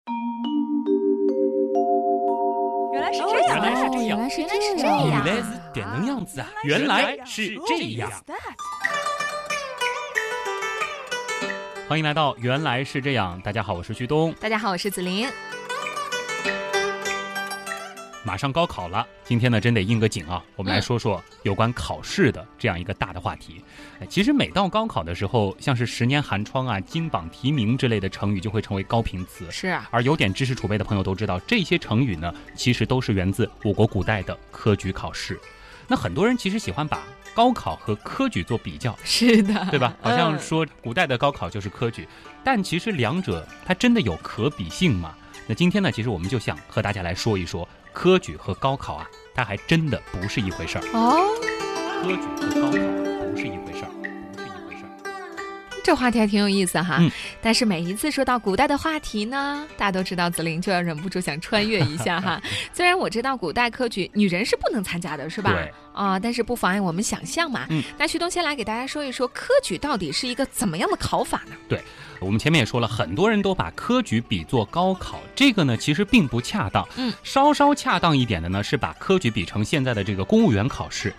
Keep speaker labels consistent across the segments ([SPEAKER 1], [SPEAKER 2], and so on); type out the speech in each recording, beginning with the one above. [SPEAKER 1] 哦原来是这
[SPEAKER 2] 原
[SPEAKER 1] 样，啊
[SPEAKER 2] 来是
[SPEAKER 3] 哦原来是
[SPEAKER 2] 这
[SPEAKER 3] 这
[SPEAKER 2] 样，
[SPEAKER 3] 样
[SPEAKER 1] 原来是这能样子啊，原来是这样。欢迎来到《原来是这样》，大家好，我是旭东。
[SPEAKER 3] 大家好，我是子琳。
[SPEAKER 1] 马上高考了，今天呢真得应个景啊，我们来
[SPEAKER 3] 嗯
[SPEAKER 1] 说说有关考试的这样一个大的话题。呃其实每到高考的时候，像是十年寒窗啊、金榜题名之类的成语就会成为高频词。
[SPEAKER 3] 是啊
[SPEAKER 1] 而有点知识储备的朋友都知道，这些成语呢，其实都是源自我国古代的科举考试。那很多人其实喜欢把高考和科举做比较，
[SPEAKER 3] 是的，
[SPEAKER 1] 对吧？好像
[SPEAKER 3] 嗯
[SPEAKER 1] 说古代的高考就是科举，但其实两者它真的有可比性吗？那今天呢，其实我们就想和大家来说一说科举和高考啊，它还真的不是一回事儿。
[SPEAKER 3] 哦，
[SPEAKER 1] 科举和高考啊，不是一回事儿，不是一回事儿。
[SPEAKER 3] 这话题还挺有意思哈。
[SPEAKER 1] 嗯
[SPEAKER 3] 但是每一次说到古代的话题呢，大家都知道子琳就要忍不住想穿越一下哈。虽然我知道古代科举女人是不能参加的，是吧？
[SPEAKER 1] 对，
[SPEAKER 3] 啊、但是不妨碍我们想象嘛。
[SPEAKER 1] 嗯
[SPEAKER 3] 那旭东先来给大家说一说科举到底是一个怎么样的考法呢？
[SPEAKER 1] 我们前面也说了，很多人都把科举比作高考，这个呢其实并不恰当。
[SPEAKER 3] 嗯，
[SPEAKER 1] 稍稍恰当一点的呢是把科举比成现在的这个公务员考试。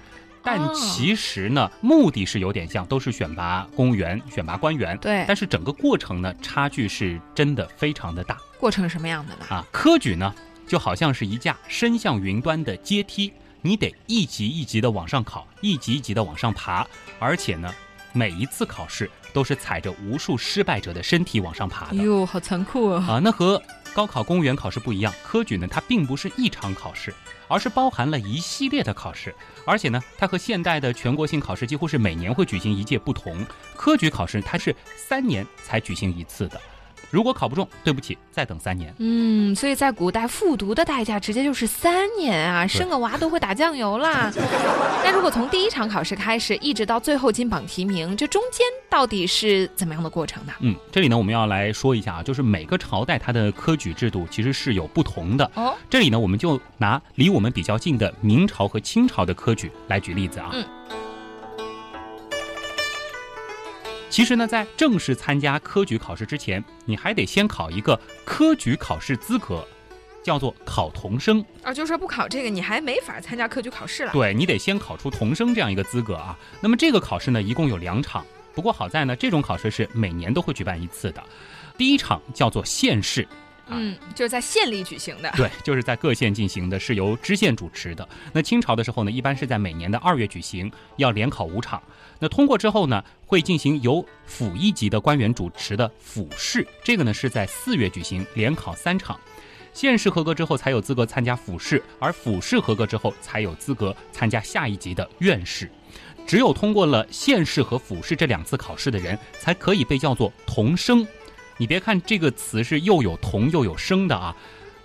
[SPEAKER 1] 但
[SPEAKER 3] 哦
[SPEAKER 1] 其实呢，目的是有点像，都是选拔公务员、选拔官员，
[SPEAKER 3] 对，
[SPEAKER 1] 但是整个过程呢，差距是真的非常的大
[SPEAKER 3] 过程是什么样的呢？
[SPEAKER 1] 啊。科举呢，就好像是一架伸向云端的阶梯，你得一级一级的往上考，一级一级的往上爬，而且呢，每一次考试都是踩着无数失败者的身体往上爬的。
[SPEAKER 3] 哟，好残酷哦！
[SPEAKER 1] 啊，那和高考公务员考试不一样，科举呢，它并不是一场考试，而是包含了一系列的考试，而且呢，它和现代的全国性考试几乎是每年会举行一届不同。科举考试它是三年才举行一次的，如果考不中，对不起，再等三年。
[SPEAKER 3] 嗯，所以在古代复读的代价直接就是三年啊，生个娃都会打酱油啦。 那如果从第一场考试开始，一直到最后金榜题名，这中间到底是怎么样的过程呢？
[SPEAKER 1] 嗯，这里呢，我们要来说一下啊，就是每个朝代它的科举制度其实是有不同的。
[SPEAKER 3] 哦，
[SPEAKER 1] 这里呢，我们就拿离我们比较近的明朝和清朝的科举来举例子啊。
[SPEAKER 3] 嗯
[SPEAKER 1] 其实呢，在正式参加科举考试之前，你还得先考一个科举考试资格，叫做考童生。
[SPEAKER 3] 啊，就说不考这个，你还没法参加科举考试了。
[SPEAKER 1] 对你得先考出童生这样一个资格啊。那么这个考试呢，一共有两场，不过好在呢，这种考试是每年都会举办一次的。第一场叫做县试，
[SPEAKER 3] 嗯，就是在县里举行的。
[SPEAKER 1] 对，就是在各县进行的，是由知县主持的。那清朝的时候呢，一般是在每年的二月举行，要连考五场。那通过之后呢，会进行由府一级的官员主持的府试，这个呢是在四月举行，连考三场。县试合格之后才有资格参加府试，而府试合格之后才有资格参加下一级的院试。只有通过了县试和府试这两次考试的人，才可以被叫做童生。你别看这个词是又有童又有生的啊，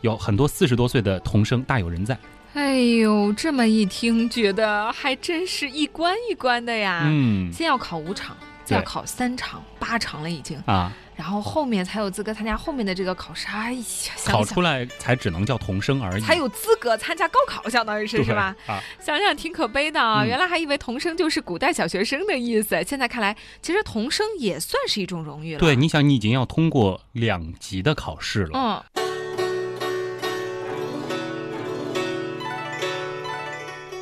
[SPEAKER 1] 有很多四十多岁的童生大有人在。
[SPEAKER 3] 哎呦，这么一听，觉得还真是一关一关的呀。
[SPEAKER 1] 嗯
[SPEAKER 3] 先要考五场，再要
[SPEAKER 1] 对
[SPEAKER 3] 考三场，八场了已经。
[SPEAKER 1] 啊，
[SPEAKER 3] 然后后面才有资格参加后面的这个考试。哎呀，想
[SPEAKER 1] 考
[SPEAKER 3] 想
[SPEAKER 1] 出来才只能叫童生而已，
[SPEAKER 3] 才有资格参加高考，相当于是
[SPEAKER 1] 对
[SPEAKER 3] 是吧？？
[SPEAKER 1] 啊，
[SPEAKER 3] 想想挺可悲的啊！
[SPEAKER 1] 嗯
[SPEAKER 3] 原来还以为童生就是古代小学生的意思，哎现在看来，其实童生也算是一种荣誉了。
[SPEAKER 1] 对，，你想，你已经要通过两级的考试了。
[SPEAKER 3] 嗯，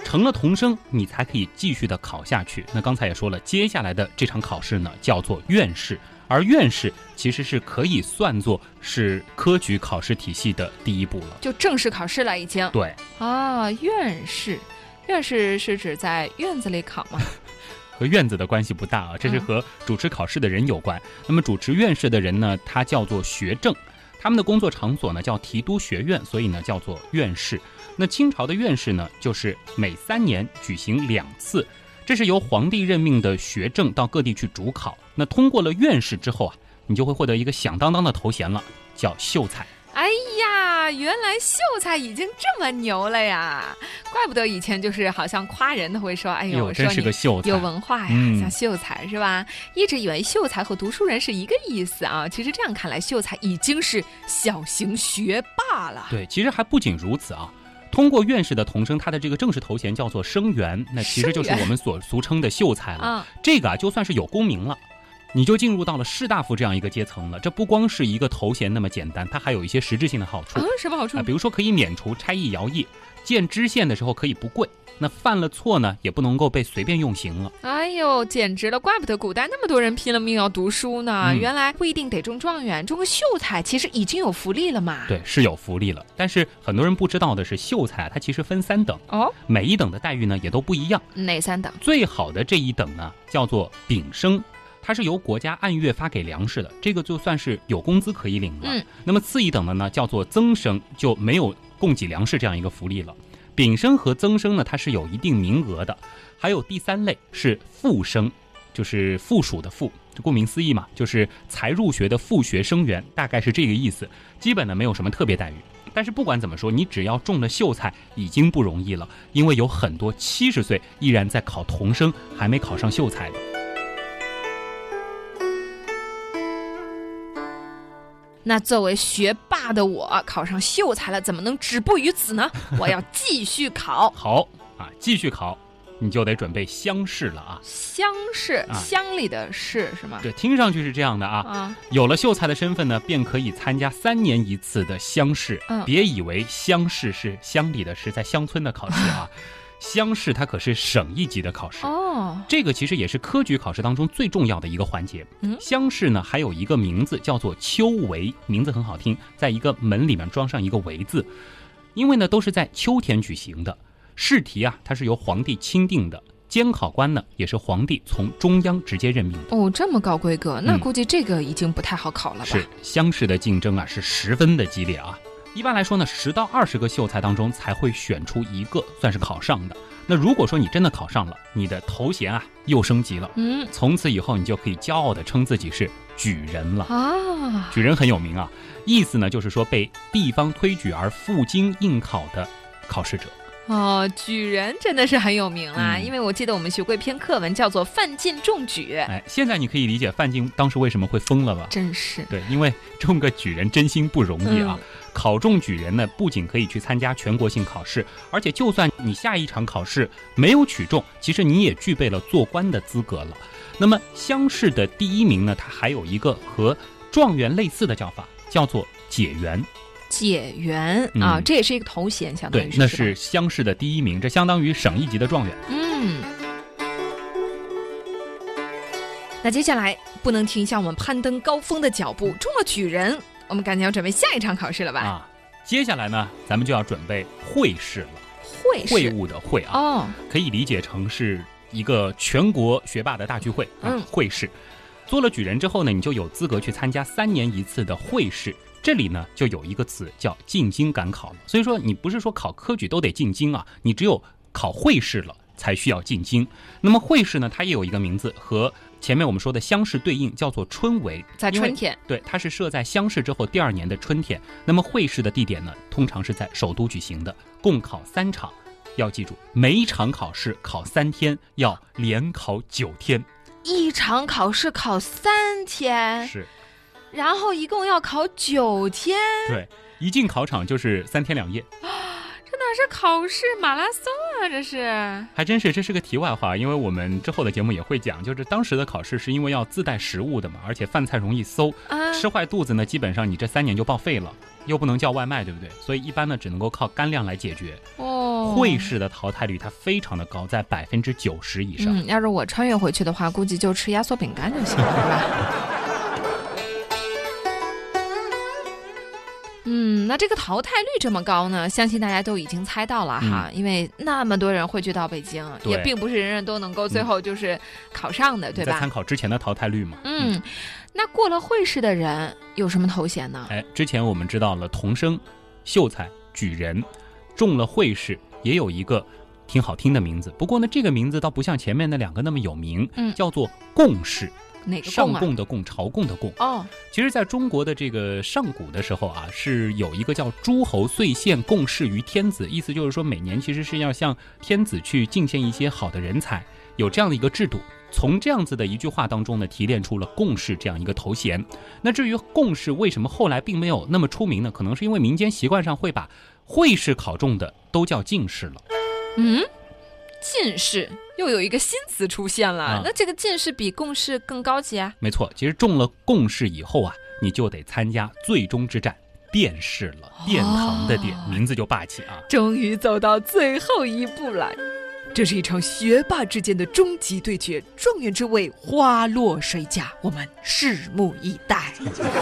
[SPEAKER 1] 成了童生，你才可以继续的考下去。那刚才也说了，接下来的这场考试呢，叫做院试，而院试其实是可以算作是科举考试体系的第一步了。
[SPEAKER 3] 就正式考试了已经。
[SPEAKER 1] 对，
[SPEAKER 3] 啊，院士，院士是指在院子里考 吗？
[SPEAKER 1] 和院子的关系不大啊，这是
[SPEAKER 3] 嗯
[SPEAKER 1] 和主持考试的人有关。那么主持院试的人呢，他叫做学政，他们的工作场所呢叫提督学院，所以呢叫做院试。那清朝的院试呢，就是每三年举行两次，这是由皇帝任命的学政到各地去主考。那通过了院试之后啊，你就会获得一个响当当的头衔了，叫秀才。
[SPEAKER 3] 哎呀，原来秀才已经这么牛了呀！怪不得以前就是好像夸人的会说，哎
[SPEAKER 1] 哎
[SPEAKER 3] 呦，我说
[SPEAKER 1] 真是
[SPEAKER 3] 你
[SPEAKER 1] 个秀才
[SPEAKER 3] 有。文化呀，
[SPEAKER 1] 嗯
[SPEAKER 3] 像秀才是吧？一直以为秀才和读书人是一个意思啊，其实这样看来，秀才已经是小型学霸了。
[SPEAKER 1] 对，其实还不仅如此啊。通过院士的童生，他的这个正式头衔叫做生员，那其实就是
[SPEAKER 3] 生员
[SPEAKER 1] 我们所俗称的秀才了。
[SPEAKER 3] 啊，
[SPEAKER 1] 这个啊，就算是有功名了。你就进入到了士大夫这样一个阶层了。这不光是一个头衔那么简单，它还有一些实质性的好处
[SPEAKER 3] 嗯，什么好处
[SPEAKER 1] 啊，？比如说可以免除差役、徭役，建知县的时候可以不跪，那犯了错呢也不能够被随便用刑了。
[SPEAKER 3] 哎呦，简直了！怪不得古代那么多人拼了命要读书呢。
[SPEAKER 1] 嗯
[SPEAKER 3] 原来不一定得中状元，中个秀才其实已经有福利了嘛。，
[SPEAKER 1] 对，是有福利了。但是很多人不知道的是，秀才啊它其实分三等，
[SPEAKER 3] 哦，
[SPEAKER 1] 每一等的待遇呢也都不一样。
[SPEAKER 3] 哪三等？
[SPEAKER 1] 最好的这一等呢，叫做丙生，它是由国家按月发给粮食的，这个就算是有工资可以领了。
[SPEAKER 3] 嗯
[SPEAKER 1] 那么次一等的呢，叫做增生，就没有供给粮食这样一个福利了。丙生和增生呢，它是有一定名额的。还有第三类是复生，就是附属的附，就顾名思义嘛，就是才入学的复学生员，大概是这个意思。基本呢没有什么特别待遇。但是不管怎么说，你只要中了秀才已经不容易了，因为有很多七十岁依然在考童生，还没考上秀才的。
[SPEAKER 3] 那作为学霸的我，考上秀才了，怎么能止步于此呢？我要继续考
[SPEAKER 1] 好啊，继续考，你就得准备乡试了啊。
[SPEAKER 3] 乡试，
[SPEAKER 1] 啊
[SPEAKER 3] 乡里的试是吗？
[SPEAKER 1] 这听上去是这样的啊，
[SPEAKER 3] 啊，
[SPEAKER 1] 有了秀才的身份呢，便可以参加三年一次的乡试。
[SPEAKER 3] 嗯
[SPEAKER 1] 别以为乡试是乡里的，是在乡村的考试啊，乡试它可是省一级的考试。
[SPEAKER 3] 哦，
[SPEAKER 1] 这个其实也是科举考试当中最重要的一个环节。
[SPEAKER 3] 嗯
[SPEAKER 1] 乡试呢还有一个名字叫做秋闱，名字很好听，在一个门里面装上一个闱字，因为呢都是在秋天举行的。试题啊，它是由皇帝钦定的，监考官呢也是皇帝从中央直接任命的。
[SPEAKER 3] 哦，这么高规格，那
[SPEAKER 1] 嗯
[SPEAKER 3] 估计这个已经不太好考了吧？
[SPEAKER 1] 是乡试的竞争啊是十分的激烈啊。一般来说呢，十到二十个秀才当中才会选出一个算是考上的。那如果说你真的考上了，你的头衔啊又升级了。
[SPEAKER 3] 嗯
[SPEAKER 1] 从此以后，你就可以骄傲地称自己是举人了。
[SPEAKER 3] 啊，
[SPEAKER 1] 举人很有名啊，意思呢就是说被地方推举而赴京应考的考试者。
[SPEAKER 3] 哦，举人真的是很有名啦，
[SPEAKER 1] 嗯
[SPEAKER 3] 因为我记得我们学过一篇课文叫做《范进中举》，
[SPEAKER 1] 哎，现在你可以理解范进当时为什么会疯了吧？
[SPEAKER 3] 真是。
[SPEAKER 1] 对，因为中个举人真心不容易啊。考中举人呢，不仅可以去参加全国性考试，而且就算你下一场考试没有取中，其实你也具备了做官的资格了。那么乡试的第一名呢，它还有一个和状元类似的叫法，叫做解元。
[SPEAKER 3] 解元、
[SPEAKER 1] 嗯
[SPEAKER 3] 啊，这也是一个头衔，相当
[SPEAKER 1] 对
[SPEAKER 3] 于，
[SPEAKER 1] 那
[SPEAKER 3] 是吧
[SPEAKER 1] 是乡试的第一名，这相当于省一级的状元。
[SPEAKER 3] 嗯。那接下来不能停下我们攀登高峰的脚步，中了举人，我们赶紧要准备下一场考试了吧？
[SPEAKER 1] 啊，接下来呢，咱们就要准备会试了，
[SPEAKER 3] 会
[SPEAKER 1] 会
[SPEAKER 3] 试
[SPEAKER 1] 务的会啊，
[SPEAKER 3] 哦，
[SPEAKER 1] 可以理解成是一个全国学霸的大聚会啊
[SPEAKER 3] 嗯，
[SPEAKER 1] 会试。做了举人之后呢，你就有资格去参加三年一次的会试。这里呢，就有一个词叫进京赶考了。所以说，你不是说考科举都得进京啊，你只有考会试了才需要进京。那么会试呢，它也有一个名字，和前面我们说的乡试对应，叫做春闱。
[SPEAKER 3] 在
[SPEAKER 1] 因为
[SPEAKER 3] 春天
[SPEAKER 1] 对，它是设在乡试之后第二年的春天。那么会试的地点呢，通常是在首都举行的，共考三场。要记住，每一场考试考三天，要连考九天。
[SPEAKER 3] 一场考试考三天，
[SPEAKER 1] 是，
[SPEAKER 3] 然后一共要考九天，
[SPEAKER 1] 对，一进考场就是三天两夜，
[SPEAKER 3] 这哪是考试马拉松啊？这是
[SPEAKER 1] 还真是。这是个题外话，因为我们之后的节目也会讲，就是当时的考试是因为要自带食物的嘛，而且饭菜容易馊，
[SPEAKER 3] 啊，
[SPEAKER 1] 吃坏肚子呢，基本上你这三年就报废了，又不能叫外卖，对不对？所以一般呢，只能够靠干粮来解决。
[SPEAKER 3] 哦，
[SPEAKER 1] 会试的淘汰率它非常的高，在百分之九十以上。
[SPEAKER 3] 嗯，要是我穿越回去的话，估计就吃压缩饼干就 行了，是吧？嗯，那这个淘汰率这么高呢，相信大家都已经猜到了哈，因为那么多人汇聚到北京，
[SPEAKER 1] 嗯对嗯
[SPEAKER 3] 也并不是人人都能够最后就是考上的，对
[SPEAKER 1] 在
[SPEAKER 3] 吧
[SPEAKER 1] 参？考之前的淘汰率嘛。
[SPEAKER 3] 嗯，那过了会试的人有什么头衔呢？
[SPEAKER 1] 哎，之前我们知道了童生、秀才、举人，中了会试，也有一个挺好听的名字。不过呢，这个名字倒不像前面那两个那么有名，
[SPEAKER 3] 嗯
[SPEAKER 1] 叫做贡士，
[SPEAKER 3] 哪个
[SPEAKER 1] 上
[SPEAKER 3] 贡啊？
[SPEAKER 1] 贡的贡，朝贡的贡。
[SPEAKER 3] 哦，
[SPEAKER 1] 其实，在中国的这个上古的时候啊，是有一个叫诸侯岁献共事于天子，意思就是说每年其实是要向天子去进献一些好的人才，有这样的一个制度。从这样子的一句话当中呢，提炼出了贡士这样一个头衔。那至于贡士为什么后来并没有那么出名呢？可能是因为民间习惯上会把会试考中的都叫进士了。
[SPEAKER 3] 嗯，进士又有一个新词出现了。
[SPEAKER 1] 啊
[SPEAKER 3] 那这个进士比贡士更高级啊？
[SPEAKER 1] 没错，其实中了贡士以后啊，你就得参加最终之战殿试了，殿堂的殿，
[SPEAKER 3] 哦
[SPEAKER 1] 名字就霸气啊。
[SPEAKER 3] 终于走到最后一步了。
[SPEAKER 2] 这是一场学霸之间的终极对决，状元之位花落谁家？我们拭目以待。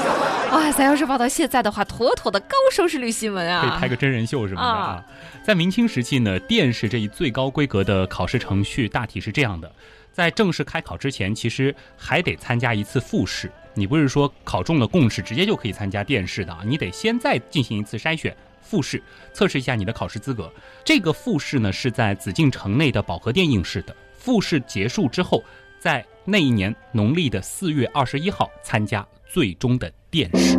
[SPEAKER 3] 哇塞！要是报到现在的话，妥妥的高收视率新闻
[SPEAKER 1] 可以
[SPEAKER 3] 啊！
[SPEAKER 1] 拍个真人秀什么的啊
[SPEAKER 3] 啊。
[SPEAKER 1] 在明清时期呢，殿试这一最高规格的考试程序大体是这样的：在正式开考之前，其实还得参加一次复试。你不是说考中了贡试直接就可以参加殿试的啊？你得先再进行一次筛选。复试测试一下你的考试资格。这个复试呢是在紫禁城内的保和殿应试的。复试结束之后，在那一年农历的四月二十一号参加最终的殿试。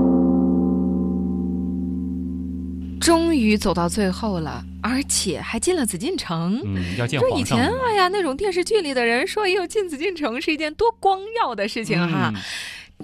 [SPEAKER 3] 终于走到最后了，而且还进了紫禁城。
[SPEAKER 1] 嗯，要见
[SPEAKER 3] 就以
[SPEAKER 1] 皇上
[SPEAKER 3] 前
[SPEAKER 1] 的嘛。
[SPEAKER 3] 哎呀，那种电视剧里的人说，哎呦，进紫禁城是一件多光耀的事情哈、
[SPEAKER 1] 嗯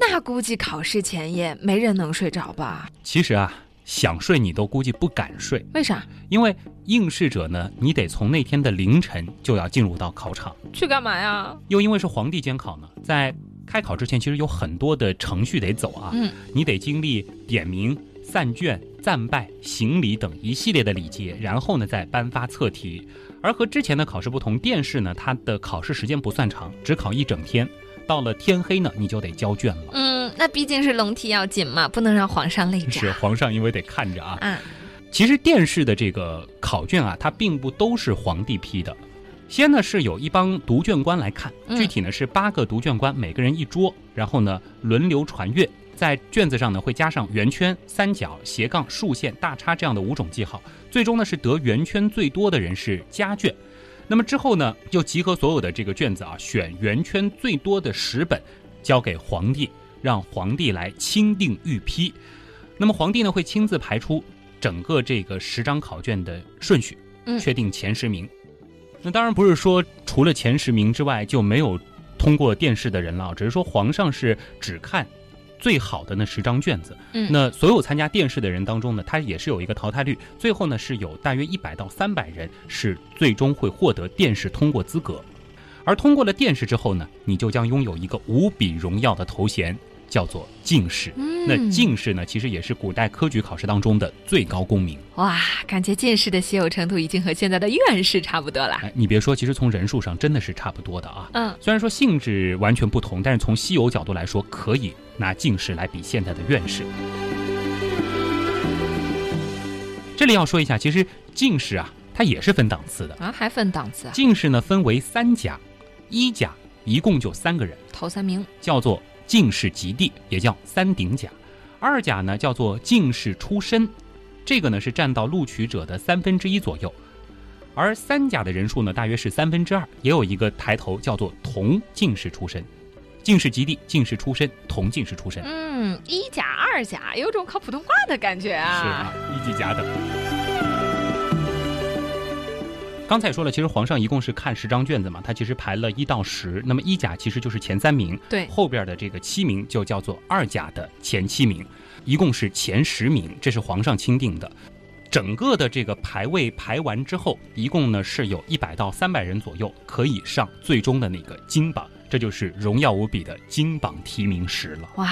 [SPEAKER 3] 那估计考试前夜没人能睡着吧？
[SPEAKER 1] 其实啊，想睡你都估计不敢睡，
[SPEAKER 3] 为啥？
[SPEAKER 1] 因为应试者呢，你得从那天的凌晨就要进入到考场，
[SPEAKER 3] 去干嘛呀？
[SPEAKER 1] 又因为是皇帝监考呢，在开考之前其实有很多的程序得走啊，
[SPEAKER 3] 嗯，
[SPEAKER 1] 你得经历点名、散卷、赞拜、行礼等一系列的礼节，然后呢再颁发测题。而和之前的考试不同，殿试呢它的考试时间不算长，只考一整天，到了天黑呢你就得交卷了。
[SPEAKER 3] 嗯，那毕竟是笼屉要紧嘛，不能让皇上累着
[SPEAKER 1] 是啊皇上因为得看着啊，
[SPEAKER 3] 啊。
[SPEAKER 1] 其实殿试的这个考卷啊，它并不都是皇帝批的。先呢是有一帮读卷官来看，
[SPEAKER 3] 嗯
[SPEAKER 1] 具体呢是八个读卷官，每个人一桌，然后呢轮流传阅，在卷子上呢会加上圆圈、三角、斜杠、竖线、大叉这样的五种记号，最终呢是得圆圈最多的人是加卷。那么之后呢，就集合所有的这个卷子啊，选圆圈最多的十本，交给皇帝，让皇帝来钦定御批。那么皇帝呢会亲自排出整个这个十张考卷的顺序，
[SPEAKER 3] 嗯
[SPEAKER 1] 确定前十名。那当然不是说除了前十名之外就没有通过殿试的人了，只是说皇上是只看最好的那十张卷子。
[SPEAKER 3] 嗯
[SPEAKER 1] 那所有参加殿试的人当中呢，他也是有一个淘汰率，最后呢是有大约一百到三百人是最终会获得殿试通过资格。而通过了殿试之后呢，你就将拥有一个无比荣耀的头衔，叫做进士。
[SPEAKER 3] 嗯
[SPEAKER 1] 那进士呢，其实也是古代科举考试当中的最高功名。
[SPEAKER 3] 哇，感觉进士的稀有程度已经和现在的院士差不多了。
[SPEAKER 1] 哎，你别说，其实从人数上真的是差不多的啊。
[SPEAKER 3] 嗯，
[SPEAKER 1] 虽然说性质完全不同，但是从稀有角度来说，可以拿进士来比现在的院士。这里要说一下，其实进士啊，它也是分档次的。
[SPEAKER 3] 啊，还分档次啊，
[SPEAKER 1] 进士呢分为三甲、一甲，一共就三个人。
[SPEAKER 3] 头三名。
[SPEAKER 1] 叫做进士及第，也叫三鼎甲；二甲呢叫做进士出身，这个呢是占到录取者的三分之一左右。而三甲的人数呢，大约是三分之二，也有一个抬头叫做同进士出身，进士及第、进士出身、同进士出身。
[SPEAKER 3] 嗯，一甲、二甲，有种考普通话的感觉
[SPEAKER 1] 是
[SPEAKER 3] 啊。
[SPEAKER 1] 啊，一级甲等。刚才也说了，其实皇上一共是看十张卷子嘛，他其实排了一到十，那么一甲其实就是前三名，
[SPEAKER 3] 对
[SPEAKER 1] 后边的这个七名就叫做二甲的前七名，一共是前十名，这是皇上钦定的。整个的这个排位排完之后，一共呢是有一百到三百人左右可以上最终的那个金榜，这就是荣耀无比的金榜题名时了。
[SPEAKER 3] 哇，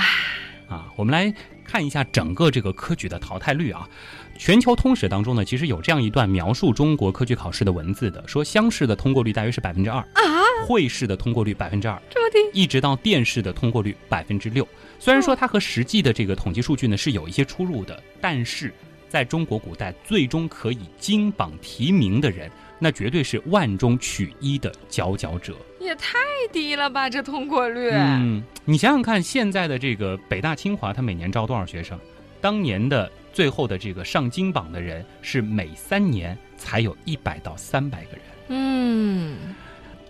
[SPEAKER 1] 啊，我们来看一下整个这个科举的淘汰率啊。全球通史当中呢，其实有这样一段描述中国科举考试的文字的，说乡试的通过率大约是百分之二，
[SPEAKER 3] 啊
[SPEAKER 1] 会试的通过率百分之二，
[SPEAKER 3] 这么低。
[SPEAKER 1] 一直到殿试的通过率百分之六。虽然说它和实际的这个统计数据呢是有一些出入的，但是在中国古代，最终可以金榜题名的人，那绝对是万中取一的佼佼者。
[SPEAKER 3] 也太低了吧，这通过率。
[SPEAKER 1] 嗯，你想想看，现在的这个北大、清华，它每年招多少学生？当年的最后的这个上金榜的人是每三年才有一百到三百个人。
[SPEAKER 3] 嗯，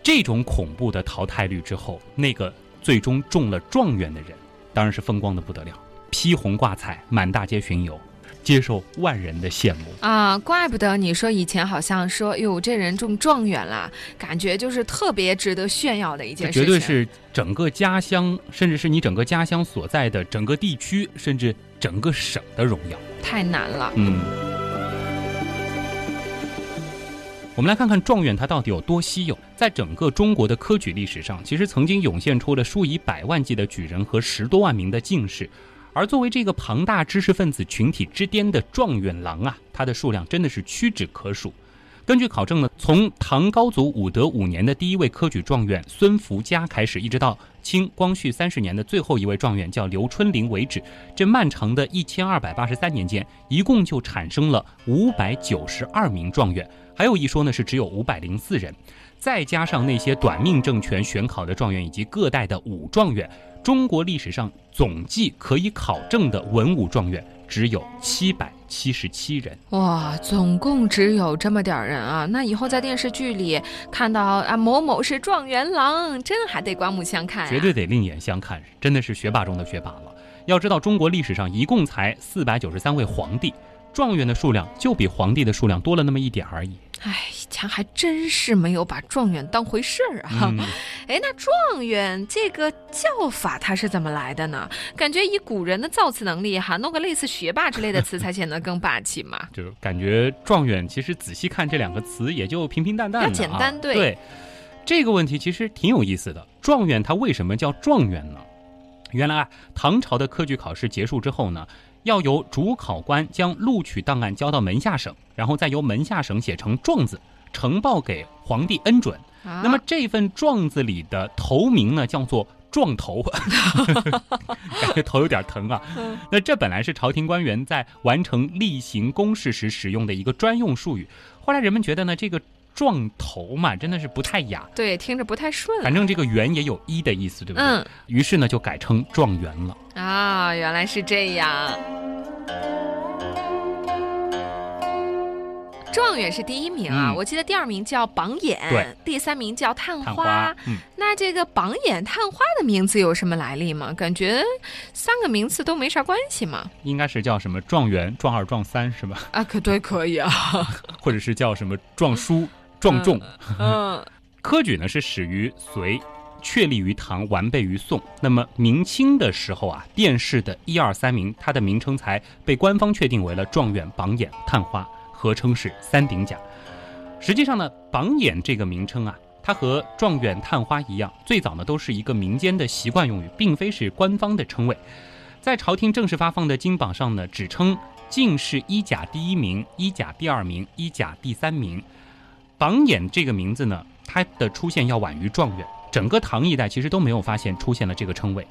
[SPEAKER 1] 这种恐怖的淘汰率之后，那个最终中了状元的人，当然是风光的不得了，披红挂彩，满大街巡游，接受万人的羡慕。
[SPEAKER 3] 啊，怪不得你说以前好像说，哟，这人中状元了，感觉就是特别值得炫耀的一
[SPEAKER 1] 这
[SPEAKER 3] 件事
[SPEAKER 1] 绝
[SPEAKER 3] 情。
[SPEAKER 1] 对是整个家乡，甚至是你整个家乡所在的整个地区，甚至整个省的荣耀。
[SPEAKER 3] 太难了。
[SPEAKER 1] 嗯。我们来看看状元它到底有多稀有。在整个中国的科举历史上，其实曾经涌现出了数以百万计的举人和十多万名的进士，而作为这个庞大知识分子群体之巅的状元郎啊，它的数量真的是屈指可数。根据考证呢，从唐高祖武德五年的第一位科举状元孙福嘉开始，一直到清光绪三十年的最后一位状元叫刘春霖为止，这漫长的一千二百八十三年间，一共就产生了五百九十二名状元，还有一说呢是只有五百零四人，再加上那些短命政权选考的状元以及各代的武状元，中国历史上总计可以考证的文武状元只有七百七十七人。
[SPEAKER 3] 哇，总共只有这么点儿人啊！那以后在电视剧里看到啊某某是状元郎，真还得刮目相看、啊。
[SPEAKER 1] 绝对得另眼相看，真的是学霸中的学霸了。要知道，中国历史上一共才四百九十三位皇帝，状元的数量就比皇帝的数量多了那么一点而已。
[SPEAKER 3] 哎，以前还真是没有把状元当回事儿啊。
[SPEAKER 1] 嗯，
[SPEAKER 3] 哎，那状元这个叫法它是怎么来的呢？感觉以古人的造词能力哈，弄个类似学霸之类的词才显得更霸气嘛。
[SPEAKER 1] 就是感觉状元其实仔细看这两个词也就平平淡淡的、啊，
[SPEAKER 3] 要简单对
[SPEAKER 1] 这个问题其实挺有意思的。状元他为什么叫状元呢？原来啊，唐朝的科举考试结束之后呢，要由主考官将录取档案交到门下省，然后再由门下省写成状子呈报给皇帝恩准。
[SPEAKER 3] 啊
[SPEAKER 1] 那么这份状子里的头名呢，叫做状头， 感觉头有点疼啊
[SPEAKER 3] 嗯。
[SPEAKER 1] 那这本来是朝廷官员在完成例行公事时使用的一个专用术语，后来人们觉得呢，这个状头嘛，真的是不太雅，
[SPEAKER 3] 对听着不太顺啊了
[SPEAKER 1] 反。正这个元也有一的意思，对不对？
[SPEAKER 3] 嗯
[SPEAKER 1] 于是呢，就改称状元了。
[SPEAKER 3] 啊，原来是这样。状元是第一名啊，
[SPEAKER 1] 嗯
[SPEAKER 3] 我记得第二名叫榜眼
[SPEAKER 1] 对，
[SPEAKER 3] 第三名叫探花。
[SPEAKER 1] 探花，嗯，
[SPEAKER 3] 那这个榜眼探花的名字有什么来历吗？感觉三个名次都没啥关 系嘛。
[SPEAKER 1] 应该是叫什么状元、状二、状三是吧？
[SPEAKER 3] 啊，可对，可以啊。
[SPEAKER 1] 或者是叫什么状书、状仲？
[SPEAKER 3] 嗯，
[SPEAKER 1] 科举呢是始于隋，确立于唐，完备于宋。那么明清的时候啊，殿试的一二三名，它的名称才被官方确定为了状元、榜眼、探花，合称是三鼎甲。实际上呢，榜眼这个名称啊。它和状元、探花一样，最早呢都是一个民间的习惯用语，并非是官方的称谓。在朝廷正式发放的金榜上呢，只称进士一甲第一名、一甲第二名、一甲第三名，榜眼这个名字呢，它的出现要晚于状元，整个唐一代其实都没有发现出现了这个称谓，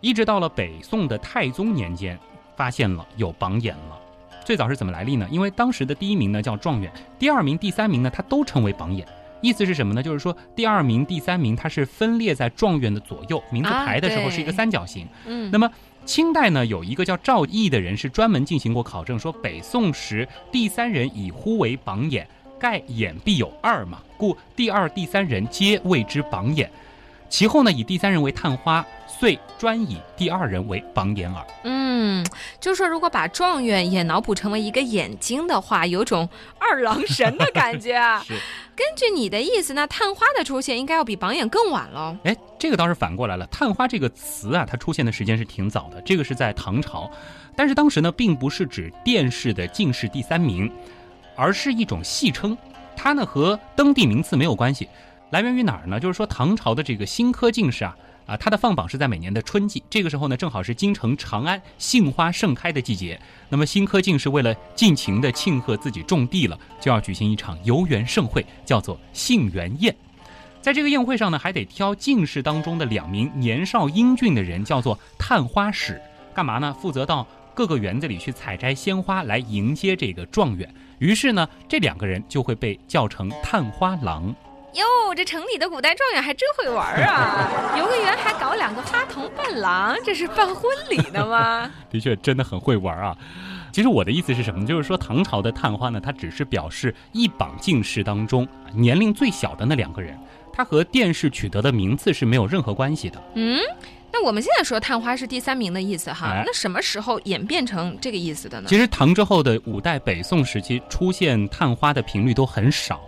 [SPEAKER 1] 一直到了北宋的太宗年间，发现了有榜眼了。最早是怎么来历呢？因为当时的第一名呢叫状元，第二名、第三名呢，它都称为榜眼。意思是什么呢？就是说第二名、第三名它是分列在状元的左右，名字
[SPEAKER 3] 啊
[SPEAKER 1] 排的时候是一个
[SPEAKER 3] 对
[SPEAKER 1] 三角形。
[SPEAKER 3] 嗯，
[SPEAKER 1] 那么清代呢，有一个叫赵翼的人是专门进行过考证，说北宋时第三人以呼为榜眼，盖眼必有二嘛，故第二、第三人皆谓之榜眼。其后呢，以第三人为探花，遂专以第二人为榜眼耳。。
[SPEAKER 3] 嗯，就说如果把状元也脑补成为一个眼睛的话，有种二郎神的感觉 啊
[SPEAKER 1] 是，
[SPEAKER 3] 根据你的意思，那探花的出现应该要比榜眼更晚喽。
[SPEAKER 1] 哎，这个倒是反过来了，探花这个词啊，它出现的时间是挺早的，这个是在唐朝，但是当时呢，并不是指殿试的进士第三名，而是一种戏称，它呢和登第名次没有关系，来源于哪儿呢？就是说唐朝的这个新科进士啊。啊，它的放榜是在每年的春季，这个时候呢，正好是京城长安杏花盛开的季节。那么新科进士为了尽情的庆贺自己种地了，就要举行一场游园盛会，叫做杏园宴。在这个宴会上呢，还得挑进士当中的两名年少英俊的人，叫做探花使，干嘛呢？负责到各个园子里去采摘鲜花来迎接这个状元。于是呢，这两个人就会被叫成探花郎。
[SPEAKER 3] 哟，这城里的古代状元还真会玩儿啊！游个园还搞两个花童伴郎，这是办婚礼 呢吗？
[SPEAKER 1] 的确，真的很会玩啊。其实我的意思是什么？就是说，唐朝的探花呢，它只是表示一榜进士当中年龄最小的那两个人，它和殿试取得的名次是没有任何关系的。
[SPEAKER 3] 嗯，那我们现在说探花是第三名的意思哈，
[SPEAKER 1] 哎
[SPEAKER 3] 那什么时候演变成这个意思的呢？
[SPEAKER 1] 其实唐之后的五代、北宋时期出现探花的频率都很少，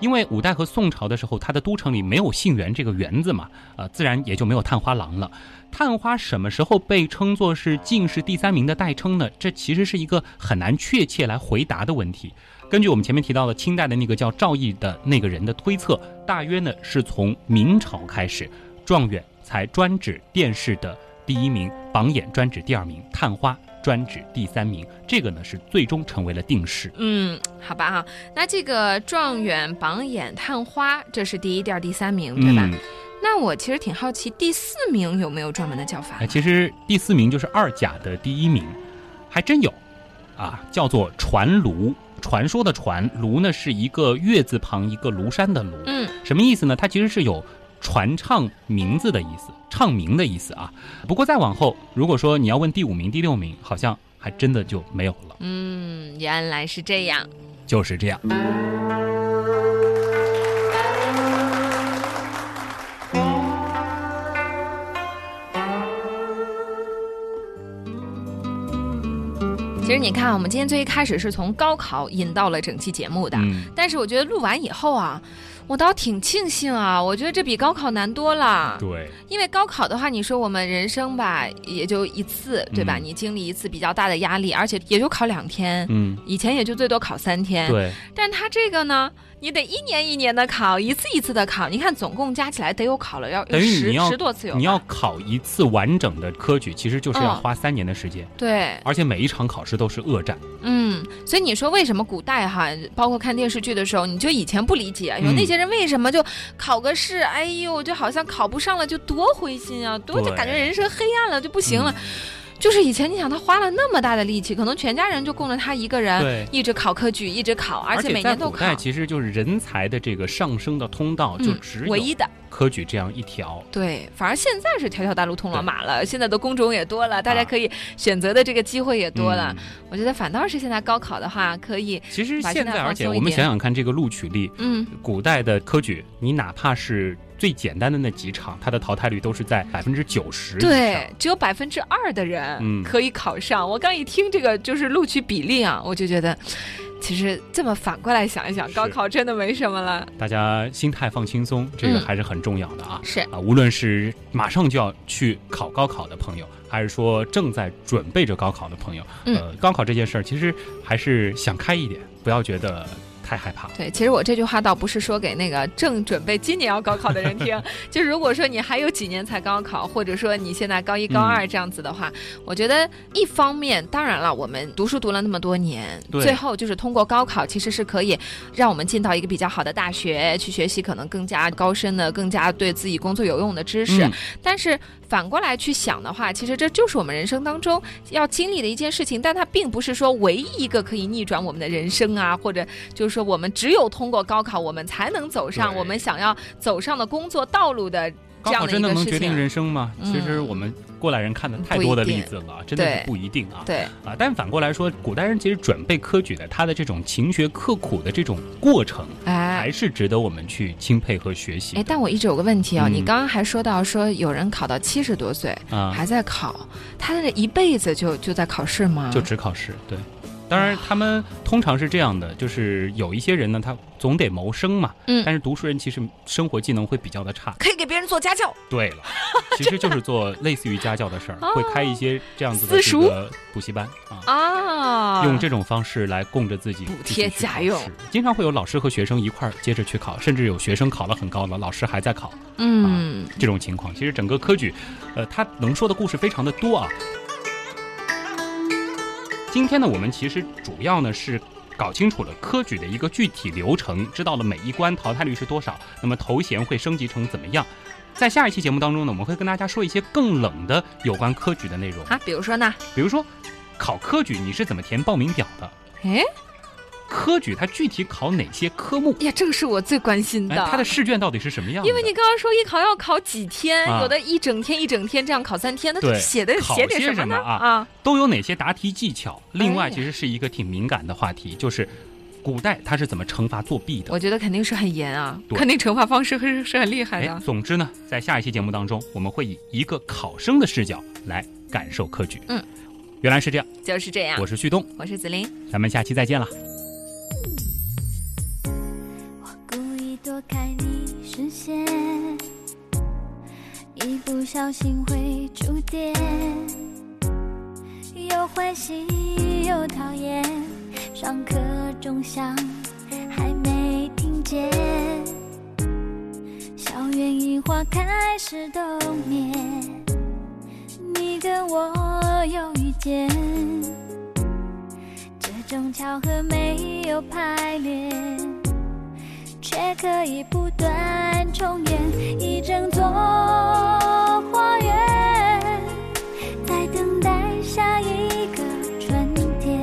[SPEAKER 1] 因为五代和宋朝的时候，它的都城里没有杏园这个园子嘛，呃，自然也就没有探花郎了。探花什么时候被称作是进士第三名的代称呢？这其实是一个很难确切来回答的问题。根据我们前面提到的清代的那个叫赵翼的那个人的推测，大约呢是从明朝开始，状元才专指殿试的第一名，榜眼专指第二名，探花专指第三名。这个呢是最终成为了定式。
[SPEAKER 3] 嗯，好吧啊，那这个状元、榜眼、探花，这是第一、第二、第三名，对吧？
[SPEAKER 1] 嗯，
[SPEAKER 3] 那我其实挺好奇，第四名有没有专门的叫法
[SPEAKER 1] 哎，？其实第四名就是二甲的第一名，还真有，啊，叫做传卢。传说的传，卢呢是一个月字旁一个庐山的庐。
[SPEAKER 3] 嗯，
[SPEAKER 1] 什么意思呢？它其实是有传唱名字的意思，啊唱名的意思啊。不过再往后，如果说你要问第五名、第六名，好像还真的就没有了。
[SPEAKER 3] 嗯，原来是这样。
[SPEAKER 1] 就是这样。
[SPEAKER 3] 其实你看，我们今天最一开始是从高考引到了整期节目的，
[SPEAKER 1] 嗯，
[SPEAKER 3] 但是我觉得录完以后啊，我倒挺庆幸啊，我觉得这比高考难多了。
[SPEAKER 1] 对，
[SPEAKER 3] 因为高考的话，你说我们人生吧，也就一次，对吧？
[SPEAKER 1] 嗯
[SPEAKER 3] 你经历一次比较大的压力，而且也就考两天，
[SPEAKER 1] 嗯，
[SPEAKER 3] 以前也就最多考三天。
[SPEAKER 1] 对，
[SPEAKER 3] 但他这个呢，你得一年一年的考，一次一次的考。你看，总共加起来得有考了要
[SPEAKER 1] 等于
[SPEAKER 3] 十
[SPEAKER 1] 你要
[SPEAKER 3] 十多次有吧。
[SPEAKER 1] 你要考一次完整的科举，其实就是要
[SPEAKER 3] 嗯
[SPEAKER 1] 花三年的时间，
[SPEAKER 3] 对，
[SPEAKER 1] 而且每一场考试都是恶战。
[SPEAKER 3] 嗯，所以你说为什么古代哈，包括看电视剧的时候，你就以前不理解，有
[SPEAKER 1] 嗯
[SPEAKER 3] 那些人为什么就考个试，哎呦，就好像考不上了，就多灰心啊，多
[SPEAKER 1] 对
[SPEAKER 3] 就感觉人生黑暗了，就不行了。就是以前你想他花了那么大的力气，可能全家人就供着他一个人，
[SPEAKER 1] 对。
[SPEAKER 3] 一直考科举，一直考，嗯而且每
[SPEAKER 1] 在
[SPEAKER 3] 年都
[SPEAKER 1] 古
[SPEAKER 3] 考
[SPEAKER 1] 代，。其实就是人才的这个上升的通道，就
[SPEAKER 3] 嗯
[SPEAKER 1] 只
[SPEAKER 3] 唯
[SPEAKER 1] 有
[SPEAKER 3] 一的
[SPEAKER 1] 科举这样一条。
[SPEAKER 3] 对，反而现在是条条大路通罗
[SPEAKER 1] 对
[SPEAKER 3] 马了，现在的工种也多了，大家
[SPEAKER 1] 啊
[SPEAKER 3] 可以选择的这个机会也多了。
[SPEAKER 1] 嗯
[SPEAKER 3] 我觉得反倒是现在高考的话，可以，
[SPEAKER 1] 其实
[SPEAKER 3] 把
[SPEAKER 1] 现
[SPEAKER 3] 现在
[SPEAKER 1] 在，
[SPEAKER 3] 放
[SPEAKER 1] 而且
[SPEAKER 3] 松一
[SPEAKER 1] 我们
[SPEAKER 3] 点
[SPEAKER 1] 想想看，这个录取率，
[SPEAKER 3] 嗯，
[SPEAKER 1] 古代的科举，你哪怕是最简单的那几场，它的淘汰率都是在百分之九十以上。
[SPEAKER 3] 对，只有百分之二的人
[SPEAKER 1] 嗯
[SPEAKER 3] 可以考上。我刚一听这个就是录取比例啊，我就觉得，其实这么反过来想一想，
[SPEAKER 1] 是
[SPEAKER 3] 高考真的没什么了。
[SPEAKER 1] 大家心态放轻松，这个
[SPEAKER 3] 嗯
[SPEAKER 1] 还是很重要的啊。
[SPEAKER 3] 是，
[SPEAKER 1] 啊，无论是马上就要去考高考的朋友，还是说正在准备着高考的朋友，
[SPEAKER 3] 嗯
[SPEAKER 1] 呃，高考这件事儿其实还是想开一点，不要觉得太害怕。
[SPEAKER 3] 对，其实我这句话倒不是说给那个正准备今年要高考的人 听，就是如果说你还有几年才高考，或者说你现在高一、
[SPEAKER 1] 嗯
[SPEAKER 3] 高二这样子的话，我觉得一方面，当然了，我们读书读了那么多年，
[SPEAKER 1] 对
[SPEAKER 3] 最后就是通过高考，其实是可以让我们进到一个比较好的大学去学习，可能更加高深的、更加对自己工作有用的知识。
[SPEAKER 1] 嗯
[SPEAKER 3] 但是反过来去想的话，其实这就是我们人生当中要经历的一件事情，但它并不是说唯一一个可以逆转我们的人生啊，或者就是说我们只有通过高考，我们才能走上
[SPEAKER 1] 对
[SPEAKER 3] 我们想要走上的工作道路的这
[SPEAKER 1] 高
[SPEAKER 3] 样
[SPEAKER 1] 考
[SPEAKER 3] 的一
[SPEAKER 1] 真的
[SPEAKER 3] 个
[SPEAKER 1] 能
[SPEAKER 3] 事
[SPEAKER 1] 决
[SPEAKER 3] 情。
[SPEAKER 1] 定人生吗？
[SPEAKER 3] 嗯
[SPEAKER 1] 其实我们过来人看的太
[SPEAKER 3] 不一
[SPEAKER 1] 多的
[SPEAKER 3] 定
[SPEAKER 1] 例子了，真的
[SPEAKER 3] 对
[SPEAKER 1] 是不一定啊。
[SPEAKER 3] 对，
[SPEAKER 1] 啊，但反过来说，古代人其实准备科举的，他的这种勤学刻苦的这种过程，
[SPEAKER 3] 哎
[SPEAKER 1] 还。是值得我们去钦佩和学习的。
[SPEAKER 3] 哎，但我一直有个问题啊、
[SPEAKER 1] 嗯
[SPEAKER 3] 你刚刚还说到说有人考到七十多岁
[SPEAKER 1] 啊，
[SPEAKER 3] 还在考，他这一辈子就就在考试吗？
[SPEAKER 1] 就只考试，对。当然，他们通常是这样的，就是有一些人呢，他总得谋生嘛。
[SPEAKER 3] 嗯
[SPEAKER 1] 但是读书人其实生活技能会比较的差。
[SPEAKER 2] 可以给别人做家教。
[SPEAKER 1] 对 了，其实就是做类似于家教的事儿，会开一些这样子的
[SPEAKER 3] 哦私
[SPEAKER 1] 这
[SPEAKER 3] 塾
[SPEAKER 1] 个补习班啊。
[SPEAKER 3] 啊，
[SPEAKER 1] 用这种方式来供着自己
[SPEAKER 3] 补
[SPEAKER 1] 继续
[SPEAKER 3] 贴
[SPEAKER 1] 去
[SPEAKER 3] 家
[SPEAKER 1] 考
[SPEAKER 3] 用
[SPEAKER 1] 试，经常会有老师和学生一块儿接着去考，甚至有学生考了很高了，老师还在考
[SPEAKER 3] 嗯，
[SPEAKER 1] 这种情况。其实整个科举，呃，它能说的故事非常的多啊。今天呢，我们其实主要呢是。搞清楚了科举的一个具体流程，知道了每一关淘汰率是多少，那么头衔会升级成怎么样？在下一期节目当中呢，我们会跟大家说一些更冷的有关科举的内容，
[SPEAKER 3] 啊，比如说呢，
[SPEAKER 1] 比如说考科举你是怎么填报名表的，
[SPEAKER 3] 哎，
[SPEAKER 1] 科举它具体考哪些科目？
[SPEAKER 3] 哎呀，这个是我最关心的。啊
[SPEAKER 1] 哎，它的试卷到底是什么样的？
[SPEAKER 3] 因为你刚刚说一考要考几天，
[SPEAKER 1] 啊
[SPEAKER 3] 有的一整天一整天这样考三天，那
[SPEAKER 1] 对
[SPEAKER 3] 写的
[SPEAKER 1] 考
[SPEAKER 3] 写点
[SPEAKER 1] 些
[SPEAKER 3] 么
[SPEAKER 1] 什么
[SPEAKER 3] 呢？
[SPEAKER 1] 啊
[SPEAKER 3] 啊，
[SPEAKER 1] 都有哪些答题技巧？另
[SPEAKER 3] 哎
[SPEAKER 1] 外，
[SPEAKER 3] 呀
[SPEAKER 1] 其实是一个挺敏感的话题，就是古代它是怎么惩罚作弊的
[SPEAKER 3] 我。觉得肯定是很严啊，
[SPEAKER 1] 对
[SPEAKER 3] 肯定惩罚方式是是很厉害
[SPEAKER 1] 哎
[SPEAKER 3] 的，。
[SPEAKER 1] 总之呢，在下一期节目当中，我们会以一个考生的视角来感受科举。
[SPEAKER 3] 嗯，
[SPEAKER 1] 原来是这样，
[SPEAKER 3] 就是这样
[SPEAKER 1] 我。是旭东，
[SPEAKER 3] 我是紫琳。
[SPEAKER 1] 咱们下期再见了。
[SPEAKER 4] 故意小心会触电，有欢喜有讨厌，上课钟响还没听见，校园樱花开始冬眠，你跟我又遇见，这种巧合没有排练。却可以不断重演一整座花园，在等待下一个春天。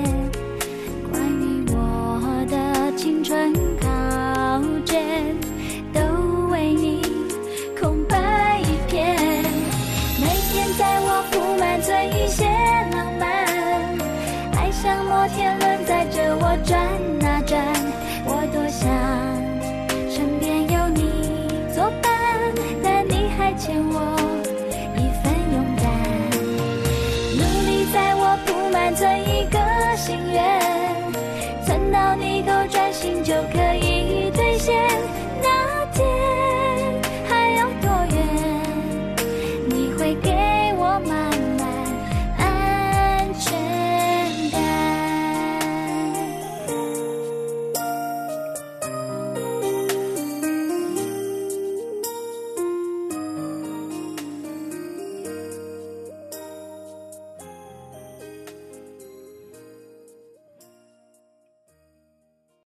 [SPEAKER 4] 关于我的青春考卷，都为你空白一片。每天在我铺满醉一些浪漫，爱像摩天轮载着我转啊转，我多想。身边有你作伴，但你还欠我一份勇敢。努力在我铺满存一个心愿，存到你够专